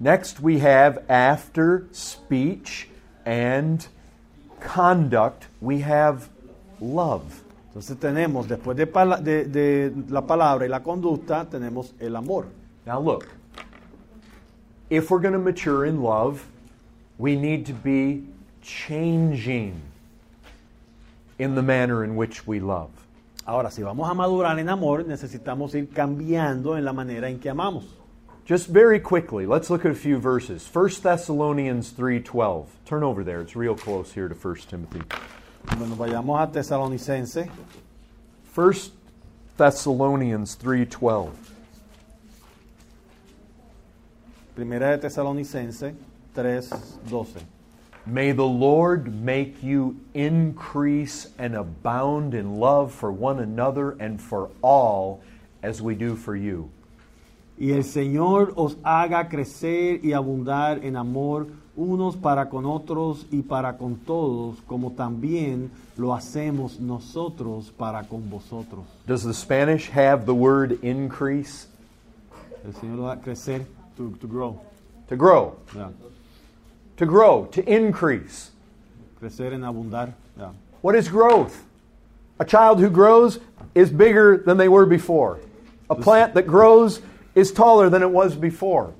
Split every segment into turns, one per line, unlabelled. Next, we have after speech and conduct, we have love.
Entonces tenemos, después de, pala- de- de la palabra y la conducta, tenemos el amor.
Now, look, if we're going to mature in love, we need to be changing in the manner in which we love.
Ahora, si vamos a madurar en amor, necesitamos ir cambiando en la manera en que amamos.
Just very quickly, let's look at a few verses. 1 Thessalonians 3:12. Turn over there. It's real close here to 1 Timothy.
Bueno, vayamos a Tesalonicense,
1 Thessalonians 3:12.
primera de Tesalonicense 3:12.
May the Lord make you increase and abound in love for one another and for all as we do for you.
Y el Señor os haga crecer y abundar en amor unos para con otros y para con todos, como también lo hacemos nosotros para con vosotros.
Does the Spanish have the word increase?
El Señor lo haga crecer, to, to grow,
To grow,
ya.
to grow, to increase.
crecer en abundar. ya.
What is growth? A child who grows is bigger than they were before. A plant that grows is taller than it was before.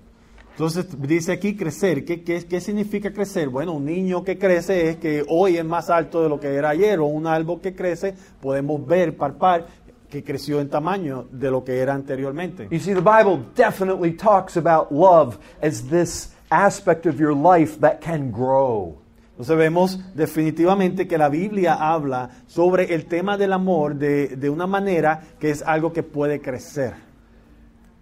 Entonces dice aquí crecer. ¿Qué, qué, qué significa crecer? Bueno, un niño que crece es que hoy es más alto de lo que era ayer, o un árbol que crece, podemos ver, palpar, que creció en tamaño de lo que era anteriormente.
You see, the Bible definitely talks about love as this aspect of your life that can grow.
Entonces vemos definitivamente que la Biblia habla sobre el tema del amor de, de una manera que es algo que puede crecer.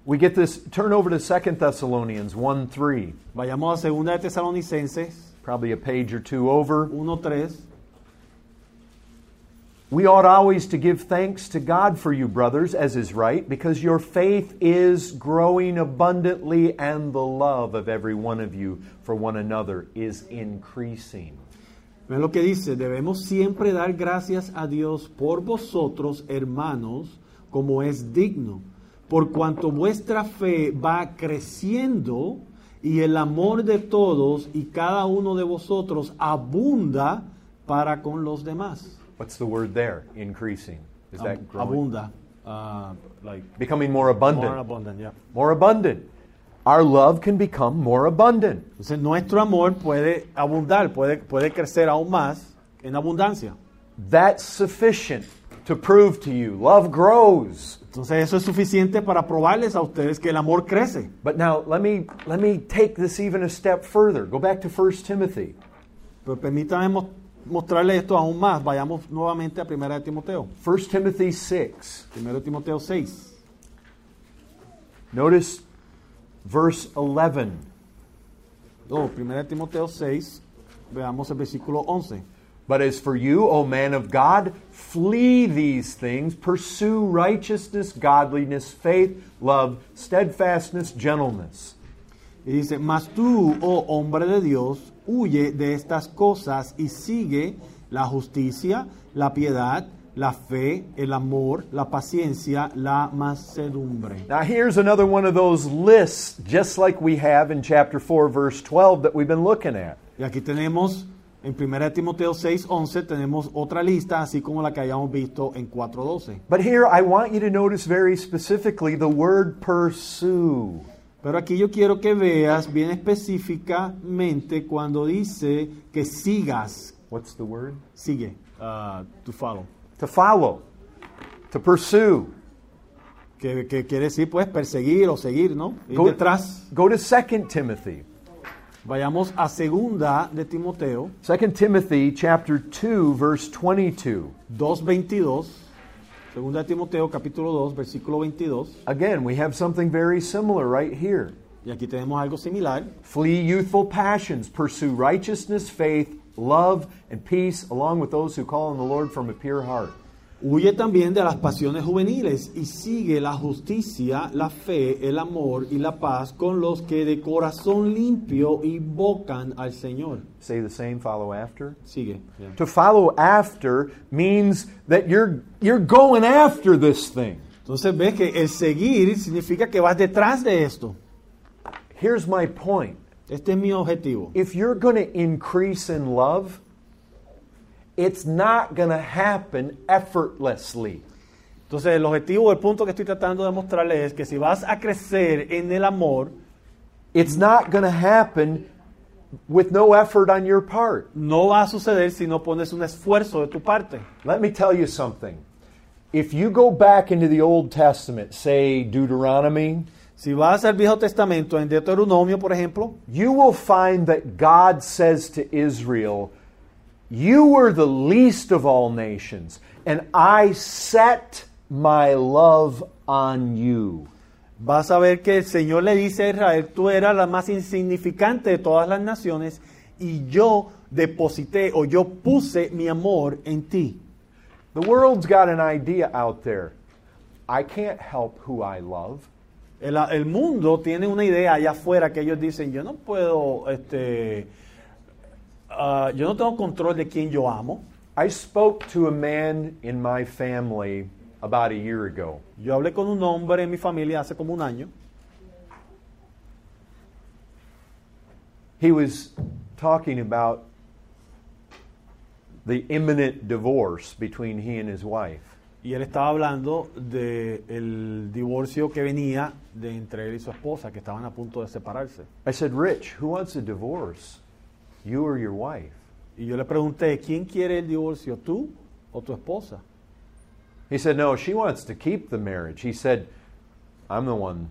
We get this, turn over to 2 Thessalonians 1 3,
Vayamos a 2 de Tesalonicenses
probably a page or two over.
1.3.
We ought always to give thanks to God for you, brothers, as is right, because your faith is growing abundantly, and the love of every one of you for one another is increasing.
Ven lo que dice, debemos siempre dar gracias a Dios por vosotros, hermanos, como es digno, por cuanto vuestra fe va creciendo y el amor de todos y cada uno de vosotros abunda para con los demás.
What's the word there? Increasing. Is that
Ab-
growing?
abunda. Ah, like,
Becoming more
more
abundant.
abundant, yeah.
More abundant. Our love can become more abundant.
Entonces nuestro amor puede abundar, puede, puede crecer aún más en abundancia.
That's sufficient to prove to you love grows.
Entonces eso es suficiente para probarles a ustedes que el amor crece.
But now let me let me take this even a step further. Go back to 1 Timothy.
Pero permítame mos- mostrarle esto aún más. Vayamos nuevamente a 1 de Timoteo.
1 Timothy 6.
1 de Timoteo 6.
Notice verse 11.
Oh, 1 de Timoteo 6. Veamos el versículo 11.
But as for you, O man of God, flee these things, pursue righteousness, godliness, faith, love, steadfastness, gentleness.
Y dice, mas tú, oh hombre de Dios, huye de estas cosas y sigue la justicia, la piedad, la fe, el amor, la paciencia, la mansedumbre.
Now, here's another one of those lists, just like we have in chapter 4, verse 12, that we've been looking at.
Y aquí tenemos, en 1 de Timoteo 6, 11, tenemos otra lista, así como la que habíamos visto en 4, 12.
But here, I want you to notice very specifically the word pursue.
Pero aquí yo quiero que veas bien específicamente cuando dice que sigas,
What's the word?
sigue, ah, to follow.
To follow, to pursue.
Que, que quiere decir pues perseguir o seguir, ¿no? Ir
Go-
detrás.
Go to 2 Timothy.
Vayamos a segunda de Timoteo
2 Timothy chapter 2 verse 22.
2.22. Segunda de Timoteo capítulo 2, versículo 22.
Again, we have something very similar right here.
Y aquí tenemos algo similar.
Flee youthful passions, pursue righteousness, faith, love, and peace along with those who call on the Lord from a pure heart.
Huye también de las pasiones juveniles y sigue la justicia, la fe, el amor y la paz con los que de corazón limpio invocan al Señor.
Say the same follow after.
Sigue.
To follow after means that you're you're going after this thing.
Entonces ves que el seguir significa que vas detrás de esto.
Here's my point
Este es mi objetivo.
if you're going to increase in love, it's not going to happen effortlessly.
Entonces, el objetivo, el punto que estoy tratando de mostrarles es que si vas a crecer en el amor,
It's not going to happen with no effort on your part.
no va a suceder si no pones un esfuerzo de tu parte.
Let me tell you something. If you go back into the Old Testament, say Deuteronomy,
Si vas al Viejo Testamento, en Deuteronomio, por ejemplo,
you will find that God says to Israel, You were the least of all nations, and I set my love on you.
vas a ver que el Señor le dice a Israel, tú eras la más insignificante de todas las naciones y yo deposité o yo puse mi amor en ti.
The world's got an idea out there. I can't help who I love.
El, el mundo tiene una idea allá afuera que ellos dicen, yo no puedo, este, ah, yo no tengo control de quién yo amo.
I spoke to a man in my family about a year ago.
Yo hablé con un hombre en mi familia hace como un año.
He was talking about the imminent divorce between he and his wife.
Y él estaba hablando del divorcio que venía de entre él y su esposa, que estaban a punto de separarse.
I said, Rich, who wants a divorce? You or your wife?
Y yo le pregunté, ¿quién quiere el divorcio, tú o tu esposa?
He said, No, she wants to keep the marriage. He said, I'm the one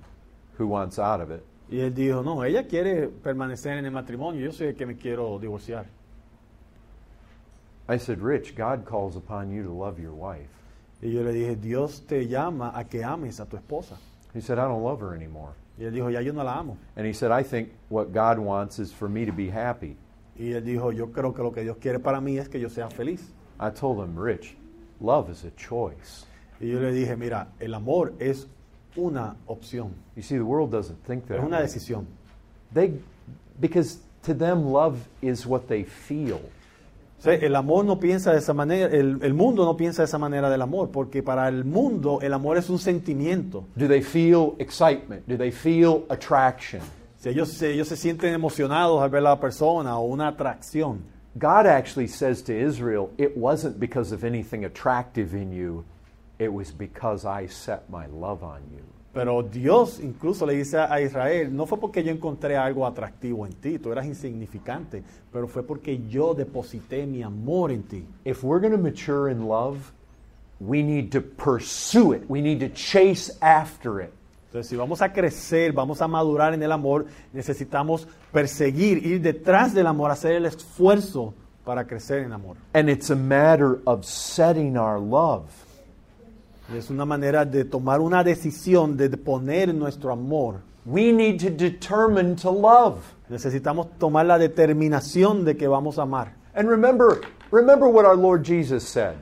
who wants out of it.
Y él dijo, no, ella quiere permanecer en el matrimonio, yo soy el que me quiero divorciar.
I said, Rich, God calls upon you to love your wife.
Y yo le dije, Dios te llama a que ames a tu esposa.
He said, I don't love her anymore.
Y él dijo, ya yo no la amo.
And he said, I think what God wants is for me to be happy.
Y él dijo, yo creo que lo que Dios quiere para mí es que yo sea feliz.
I told him, Rich, love is a choice.
Y yo le dije, mira, el amor es una opción,
You see, the world doesn't think that.
es una
way.
decisión.
They, because to them, love is what they feel.
O sea, el amor no piensa de esa manera, el, el mundo no piensa de esa manera del amor, porque para el mundo el amor es un sentimiento.
Do they feel excitement? Do they feel attraction?
Si ellos, se- ellos se sienten emocionados al ver a la persona o una atracción.
God actually says to Israel, It wasn't because of anything attractive in you, it was because I set my love on you.
Pero Dios incluso le dice a Israel, no fue porque yo encontré algo atractivo en ti, tú eras insignificante, pero fue porque yo deposité mi amor en ti.
If we're going to mature in love, we need to pursue it, we need to chase after it.
Entonces, si vamos a crecer, vamos a madurar en el amor, necesitamos perseguir, ir detrás del amor, hacer el esfuerzo para crecer en amor.
And it's a matter of setting our love.
Y Es una manera de tomar una decisión, de poner nuestro amor.
We need to determine to love.
Necesitamos tomar la determinación de que vamos a amar.
And remember, remember what our Lord Jesus said.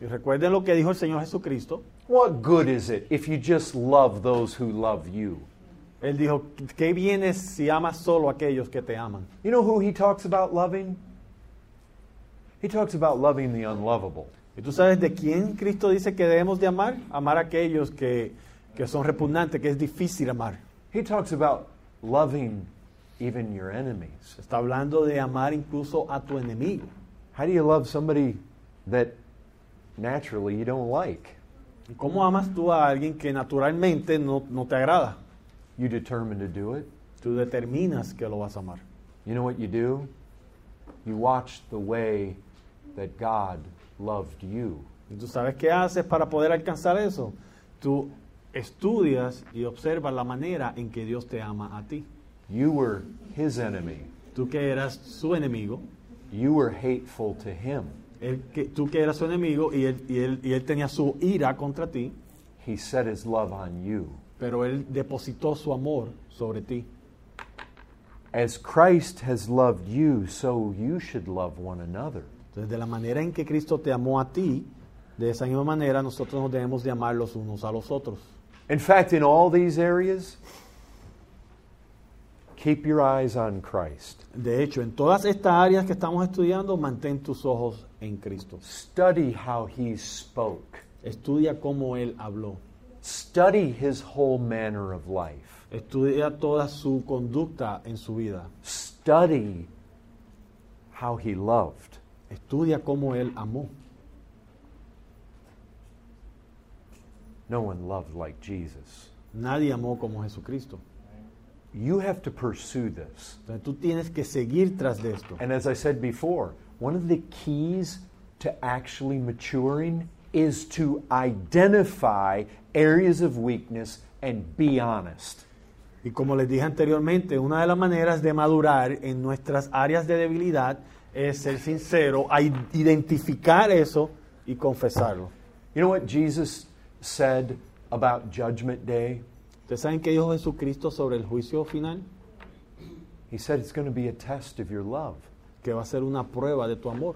Y recuerden lo que dijo el Señor Jesucristo.
What good is it if you just love those who love you?
Él dijo, ¿qué vienes si amas solo a aquellos que te aman?
You know who he talks about loving? He talks about loving the unlovable.
¿Y tú sabes de quién Cristo dice que debemos de amar? Amar a aquellos que, que son repugnantes, que es difícil amar.
He talks about loving even your enemies.
Está hablando de amar incluso a tu enemigo.
How do you love somebody that naturally you don't like?
¿Y ¿Cómo amas tú a alguien que naturalmente no, no te agrada?
You determine to do it.
Tú determinas que lo vas a amar.
You know what you do? You watch the way that God loved you.
¿Y tú sabes qué haces para poder alcanzar eso? Tú estudias y observas la manera en que Dios te ama a ti.
You were his enemy.
Tú que eras su enemigo,
You were hateful to him.
él que, tú que eras su enemigo y él, y, él, y él tenía su ira contra ti,
He set his love on you.
pero él depositó su amor sobre ti.
As Christ has loved you, so you should love one another.
Entonces, de la manera en que Cristo te amó a ti, de esa misma manera nosotros nos debemos de amar los unos a los otros.
In fact, in all these areas, keep your eyes on Christ.
De hecho, en todas estas áreas que estamos estudiando, mantén tus ojos en Cristo.
Study how he spoke,
Estudia cómo Él habló.
study his whole manner of life.
Estudia toda su conducta en su vida.
Study how he loved.
Estudia cómo él amó.
No one loved like Jesus.
Nadie amó como Jesucristo.
You have to pursue this.
Entonces tú tienes que seguir tras de esto.
And as I said before, one of the keys to actually maturing is to identify areas of weakness and be honest.
Y como les dije anteriormente, una de las maneras de madurar en nuestras áreas de debilidad es ser sincero, a i- identificar eso y confesarlo.
You know what Jesus said about Judgment Day?
¿Ustedes saben qué dijo Jesucristo sobre el juicio final?
He said it's going to be a test of your love.
Que va a ser una prueba de tu amor.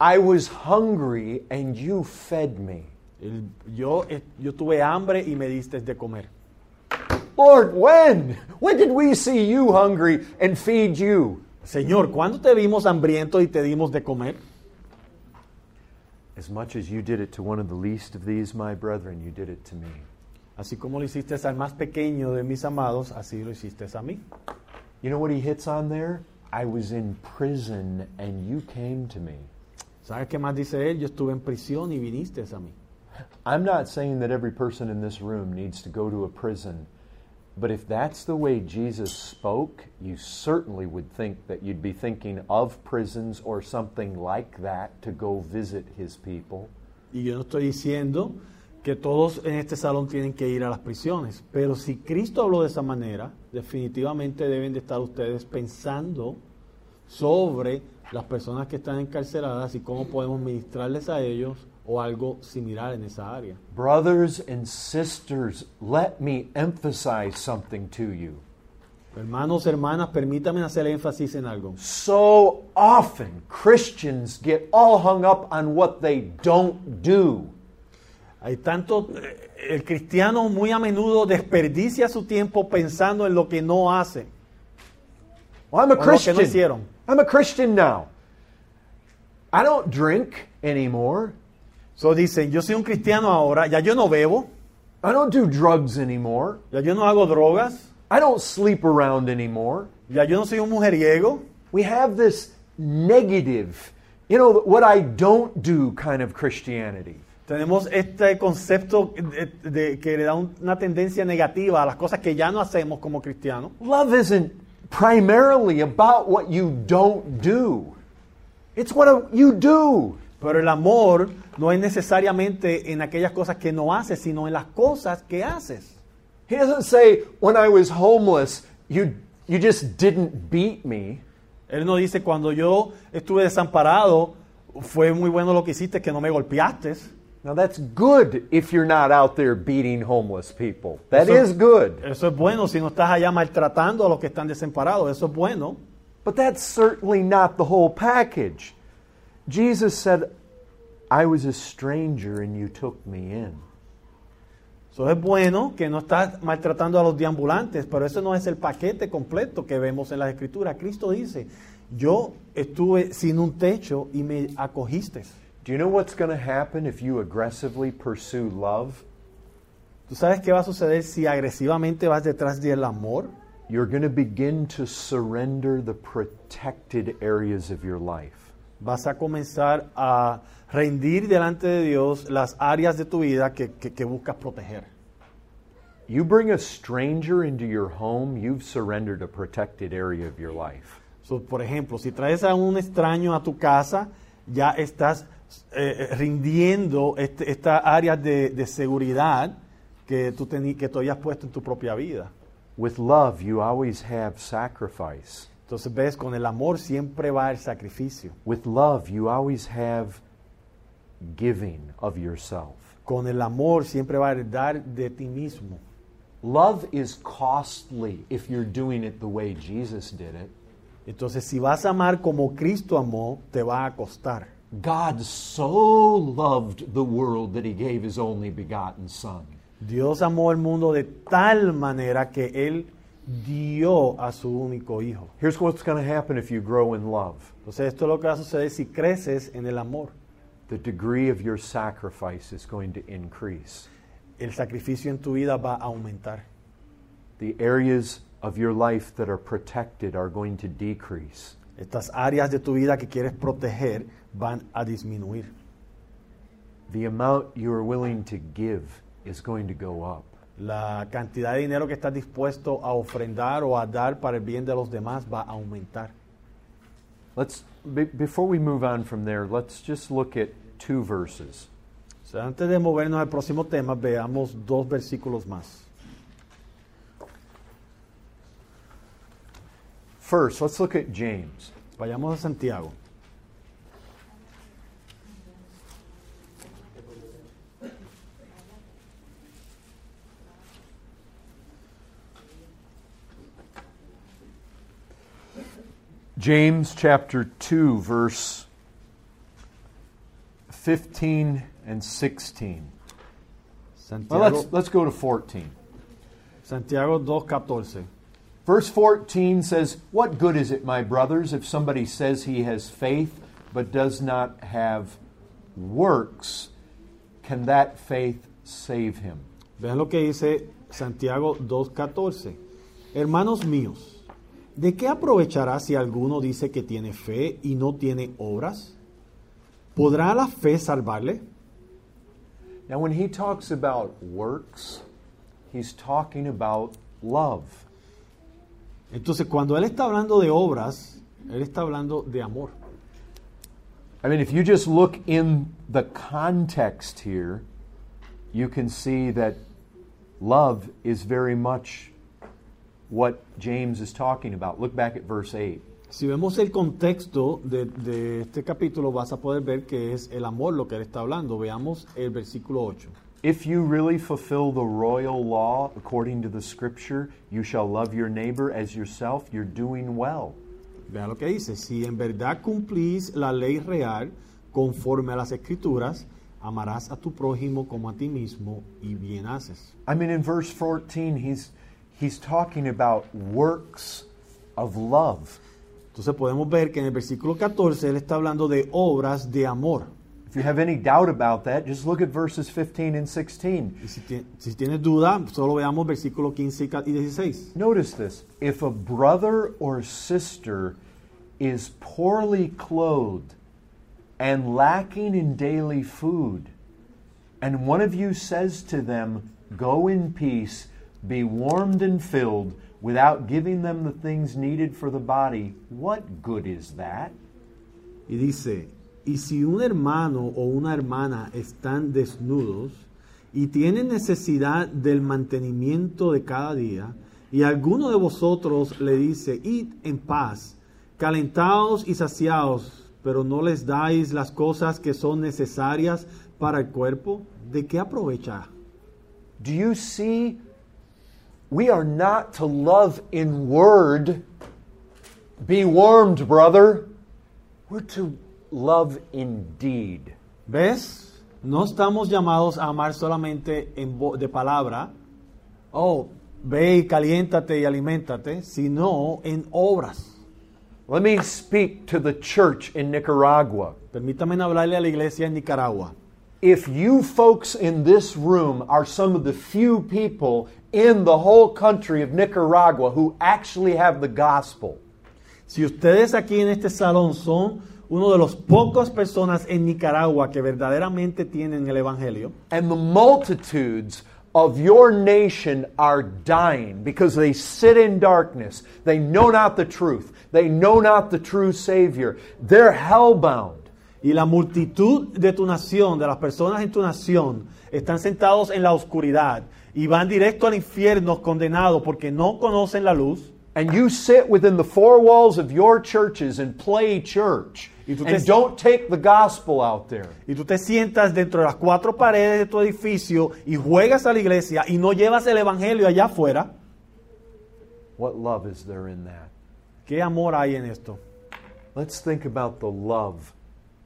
I was hungry and you fed me.
El- yo, eh, yo tuve hambre y me diste de comer.
Lord, when? When did we see you hungry and feed you?
Señor, ¿cuándo te vimos hambriento y te dimos de comer?
As much as you did it to one of the least of these, my brethren, you did it to me.
Así como lo hiciste al más pequeño de mis amados, así lo hiciste a mí.
You know what he hits on there? I was in prison and you came to me.
¿Sabes qué más dice él? Yo estuve en prisión y viniste a mí.
I'm not saying that every person in this room needs to go to a prison, but if that's the way Jesus spoke, you certainly would think that you'd be thinking of prisons or something like that to go visit his people.
Y yo no estoy diciendo que todos en este salón tienen que ir a las prisiones, pero si Cristo habló de esa manera, definitivamente deben de estar ustedes pensando sobre las personas que están encarceladas y cómo podemos ministrarles a ellos o algo similar en esa área.
Brothers and sisters, let me emphasize something to you.
Hermanos, hermanas, permítanme hacer énfasis en algo.
So often Christians get all hung up on what they don't do.
Hay tanto, eh, el cristiano muy a menudo desperdicia su tiempo pensando en lo que no hace.
Well, I'm a
O lo que
Christian.
no hicieron.
I'm a Christian now. I don't drink anymore.
So dicen, yo soy un cristiano ahora, ya yo no bebo,
I don't do drugs anymore.
ya yo no hago drogas,
I don't sleep around anymore.
ya yo no soy un mujeriego.
We have this negative, you know, what I don't do kind of Christianity.
Tenemos este concepto de- de- que le da un- una tendencia negativa a las cosas que ya no hacemos como cristianos.
Love isn't primarily about what you don't do, it's what you do.
Pero el amor no es necesariamente en aquellas cosas que no haces, sino en las cosas que haces.
He doesn't say, when I was homeless, you, you just didn't beat me.
Él no dice, cuando yo estuve desamparado, fue muy bueno lo que hiciste, que no me golpeaste.
Now that's good if you're not out there beating homeless people. That
Eso-
is good.
Eso es bueno, si no estás allá maltratando a los que están desamparados, eso es bueno.
But that's certainly not the whole package. Jesus said, I was a stranger and you took me in.
Eso es bueno que no estás maltratando a los deambulantes, pero eso no es el paquete completo que vemos en las escrituras. Cristo dice, yo estuve sin un techo y me acogiste.
Do you know what's going to happen if you aggressively pursue love?
¿Tú sabes qué va a suceder si agresivamente vas detrás del amor?
You're going to begin to surrender the protected areas of your life.
Vas a comenzar a rendir delante de Dios las áreas de tu vida que, que- que buscas proteger.
You bring a stranger into your home, you've surrendered a protected area of your life.
So, por ejemplo, si traes a un extraño a tu casa, ya estás eh, eh, rindiendo este- esta área de, de seguridad que tú, teni- que tú habías puesto en tu propia vida.
With love, you always have sacrifice.
Entonces, ves, con el amor siempre va el sacrificio.
With love, you always have giving of yourself.
Con el amor siempre va el dar de ti mismo.
Love is costly if you're doing it the way Jesus did it.
Entonces, si vas a amar como Cristo amó, te va a costar.
God so loved the world that he gave his only begotten Son.
Dios amó al mundo de tal manera que Él dio a su único hijo.
Here's what's going to happen if you grow in love
Entonces, esto es lo que va a suceder si creces en el amor.
the degree of your sacrifice is going to increase.
el sacrificio en tu vida va a aumentar.
the areas of your life that are protected are going to decrease.
Estas áreas de tu vida que quieres proteger van a disminuir.
The amount you are willing to give is going to go up.
La cantidad de dinero que estás dispuesto a ofrendar o a dar para el bien de los demás va a aumentar.
Let's be, before we move on from there, let's just look at two verses.
O sea, antes de movernos al próximo tema, veamos dos versículos más.
First, let's look at James.
Vayamos a Santiago.
James chapter 2 verse 15 and 16. Well,
Santiago,
let's let's go to 14.
Santiago 2.14.
Verse 14 says, What good is it, my brothers, if somebody says he has faith but does not have works? Can that faith save him?
Vean lo que dice Santiago 2.14. Hermanos míos, ¿de qué aprovechará si alguno dice que tiene fe y no tiene obras? ¿Podrá la fe salvarle?
Now, when he talks about works, he's talking about love.
Entonces, cuando él está hablando de obras, él está hablando de amor.
I mean, if you just look in the context here, you can see that love is very much what James is talking about. Look back at verse 8.
Si vemos el contexto de, de este capítulo, vas a poder ver que es el amor lo que él está hablando. Veamos el versículo 8.
If you really fulfill the royal law according to the scripture, you shall love your neighbor as yourself, you're doing well.
Vean lo que dice, si en verdad cumplís la ley real conforme a las escrituras, amarás a tu prójimo como a ti mismo y bien haces.
I mean, in verse 14, he's, he's talking about works of love.
Entonces podemos ver que en el versículo 14 él está hablando de obras de amor.
If you have any doubt about that, just look at verses 15 and 16.
Y si, tie- si tienes duda, solo veamos versículo 15 y ca- y 16.
Notice this if a brother or sister is poorly clothed and lacking in daily food, and one of you says to them, Go in peace, be warmed and filled, without giving them the things needed for the body, what good is that?
Y dice, y si un hermano o una hermana están desnudos y tienen necesidad del mantenimiento de cada día, y alguno de vosotros le dice, id en paz, calentados y saciados, pero no les dais las cosas que son necesarias para el cuerpo, ¿de qué aprovecha?
Do you see? We are not to love in word. Be warmed, brother. We're to love in deed.
¿Ves? No estamos llamados a amar solamente en vo- de palabra. Oh, ve y caliéntate y aliméntate, sino en obras.
Let me speak to the church in Nicaragua.
Permítame hablarle a la iglesia en Nicaragua.
If you folks in this room are some of the few people in the whole country of Nicaragua who actually have the gospel,
Si ustedes aquí en este salón son uno de los pocos personas en Nicaragua que verdaderamente tienen el evangelio
and the multitudes of your nation are dying because they sit in darkness. They know not the truth. They know not the true Savior. They're hellbound.
y la multitud de tu nación, de las personas en tu nación, están sentados en la oscuridad y van directo al infierno condenados porque no conocen la luz.
And you sit within the four walls of your churches and play church.
Y tú te-
And don't take the gospel out there.
Y tú te sientas dentro de las cuatro paredes de tu edificio y juegas a la iglesia y no llevas el evangelio allá afuera.
What love is there in that?
¿Qué amor hay en esto?
Let's think about the love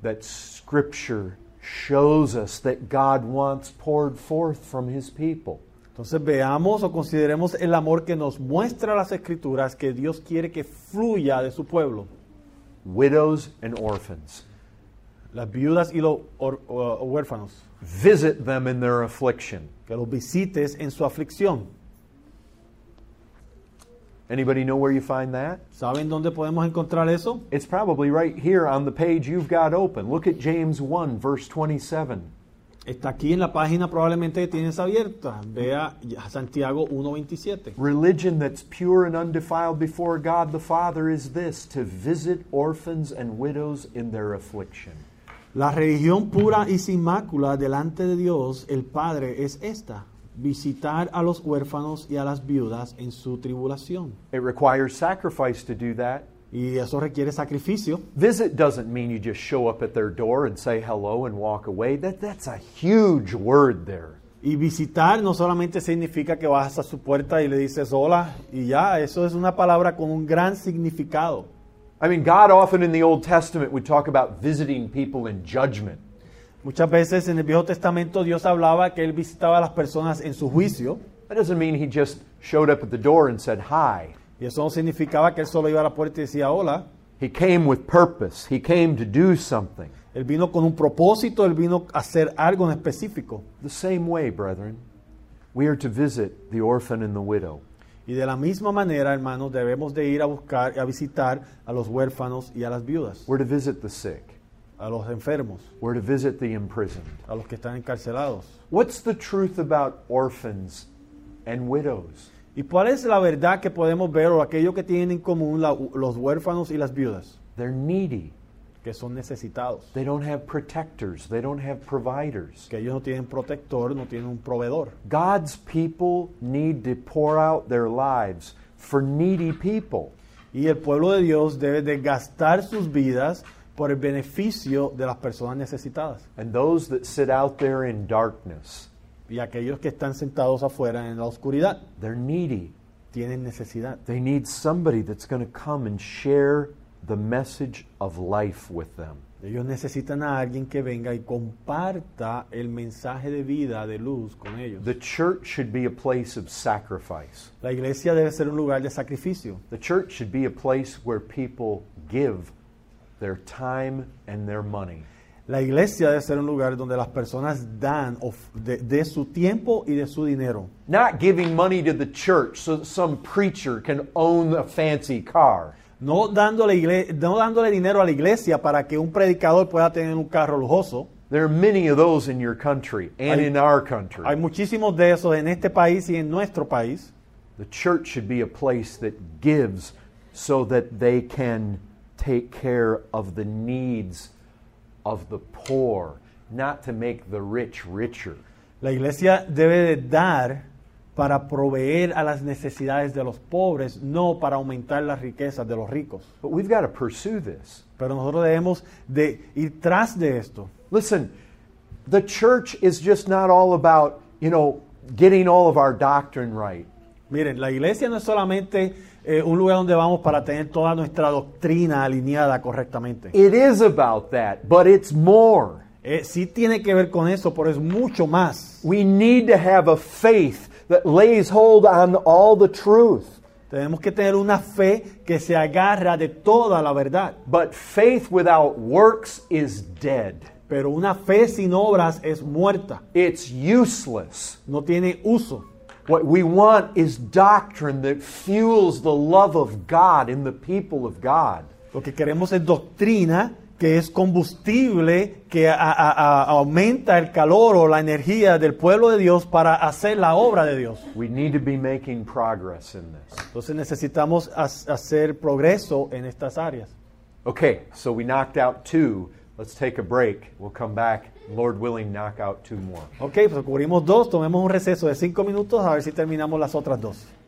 that Scripture shows us that God wants poured forth from His people.
Entonces veamos o consideremos el amor que nos muestra las escrituras que Dios quiere que fluya de su pueblo.
Widows and orphans.
Las viudas y los or- o- o huérfanos,
visit them in their affliction.
que los visites en su aflicción.
Anybody know where you find that?
¿Saben dónde podemos encontrar eso?
It's probably right here on the page you've got open. Look at James 1, verse 27.
Está aquí en la página probablemente que tienes abierta. Vea Santiago 1.27.
Religion that's pure and undefiled before God the Father is this to visit orphans and widows in their affliction.
La religión pura y sin mácula delante de Dios el Padre es esta, visitar a los huérfanos y a las viudas en su tribulación.
It requires sacrifice to do that.
Y eso requiere sacrificio.
Visit doesn't mean you just show up at their door and say hello and walk away. That, that's a huge word there.
Y visitar no solamente significa que vas a su puerta y le dices hola y ya, eso es una palabra con un gran significado.
I mean, God often in the Old Testament would talk about visiting people in judgment.
Muchas veces en el Viejo Testamento Dios hablaba que Él visitaba a las personas en su juicio
That doesn't mean he just showed up at the door and said hi.
y eso no significaba que Él solo iba a la puerta y decía hola.
He came with purpose, he came to do something.
Él vino con un propósito, Él vino a hacer algo en específico.
The same way, brethren, we are to visit the orphan and the widow.
Y de la misma manera, hermanos, debemos de ir a buscar, a visitar a los huérfanos y a las viudas,
We're to visit the sick,
a los enfermos,
we're to visit the imprisoned.
a los que están encarcelados.
What's the truth about orphans and widows?
¿Y cuál es la verdad que podemos ver o aquello que tienen en común la- los huérfanos y las viudas?
They're needy.
Que son necesitados,
They don't have protectors. They don't have providers.
que ellos no tienen protector, no tienen un proveedor.
God's people need to pour out their lives for needy people.
Y el pueblo de Dios debe de gastar sus vidas por el beneficio de las personas necesitadas
And those that sit out there in darkness,
y aquellos que están sentados afuera en la oscuridad
they're needy.
tienen necesidad.
They need somebody that's going to come and share the message of life with them.
Ellos necesitan a alguien que venga y comparta el mensaje de vida, de luz con ellos.
The church should be a place of sacrifice.
La iglesia debe ser un lugar de sacrificio.
The church should be a place where people give their time and their money.
La iglesia debe ser un lugar donde las personas dan of- de, de su tiempo y de su dinero.
Not giving money to the church so that some preacher can own a fancy car.
No dándole, igle- no dándole dinero a la iglesia para que un predicador pueda tener un carro lujoso.
There are many of those in your country and
I-
in our country.
Hay muchísimos de esos en este país y en nuestro país.
The church should be a place that gives so that they can take care of the needs of the poor, not to make the rich richer.
La iglesia debe de dar para proveer a las necesidades de los pobres, no para aumentar las riquezas de los ricos.
But we've got to pursue this.
Pero nosotros debemos de ir tras de esto.
Listen, the church is just not all about, you know, getting all of our doctrine right.
Miren, la iglesia no es solamente eh, un lugar donde vamos para tener toda nuestra doctrina alineada correctamente.
It is about that, but it's more.
Eh, sí tiene que ver con eso, pero es mucho más.
We need to have a faith that lays hold on all the truth.
Tenemos que tener una fe que se agarra de toda la verdad.
But faith without works is dead.
Pero una fe sin obras es muerta,
It's useless.
no tiene uso.
What we want is doctrine that fuels the love of God in the people of God.
Lo que queremos es doctrina que es combustible, que a- a- a- aumenta el calor o la energía del pueblo de Dios para hacer la obra de Dios.
We need to be making progress in this.
Entonces necesitamos ha- hacer progreso en estas áreas.
Okay, so we knocked out two. Let's take a break. We'll come back, Lord willing, knock out two more.
Ok, pues cubrimos dos, tomemos un receso de cinco minutos a ver si terminamos las otras dos.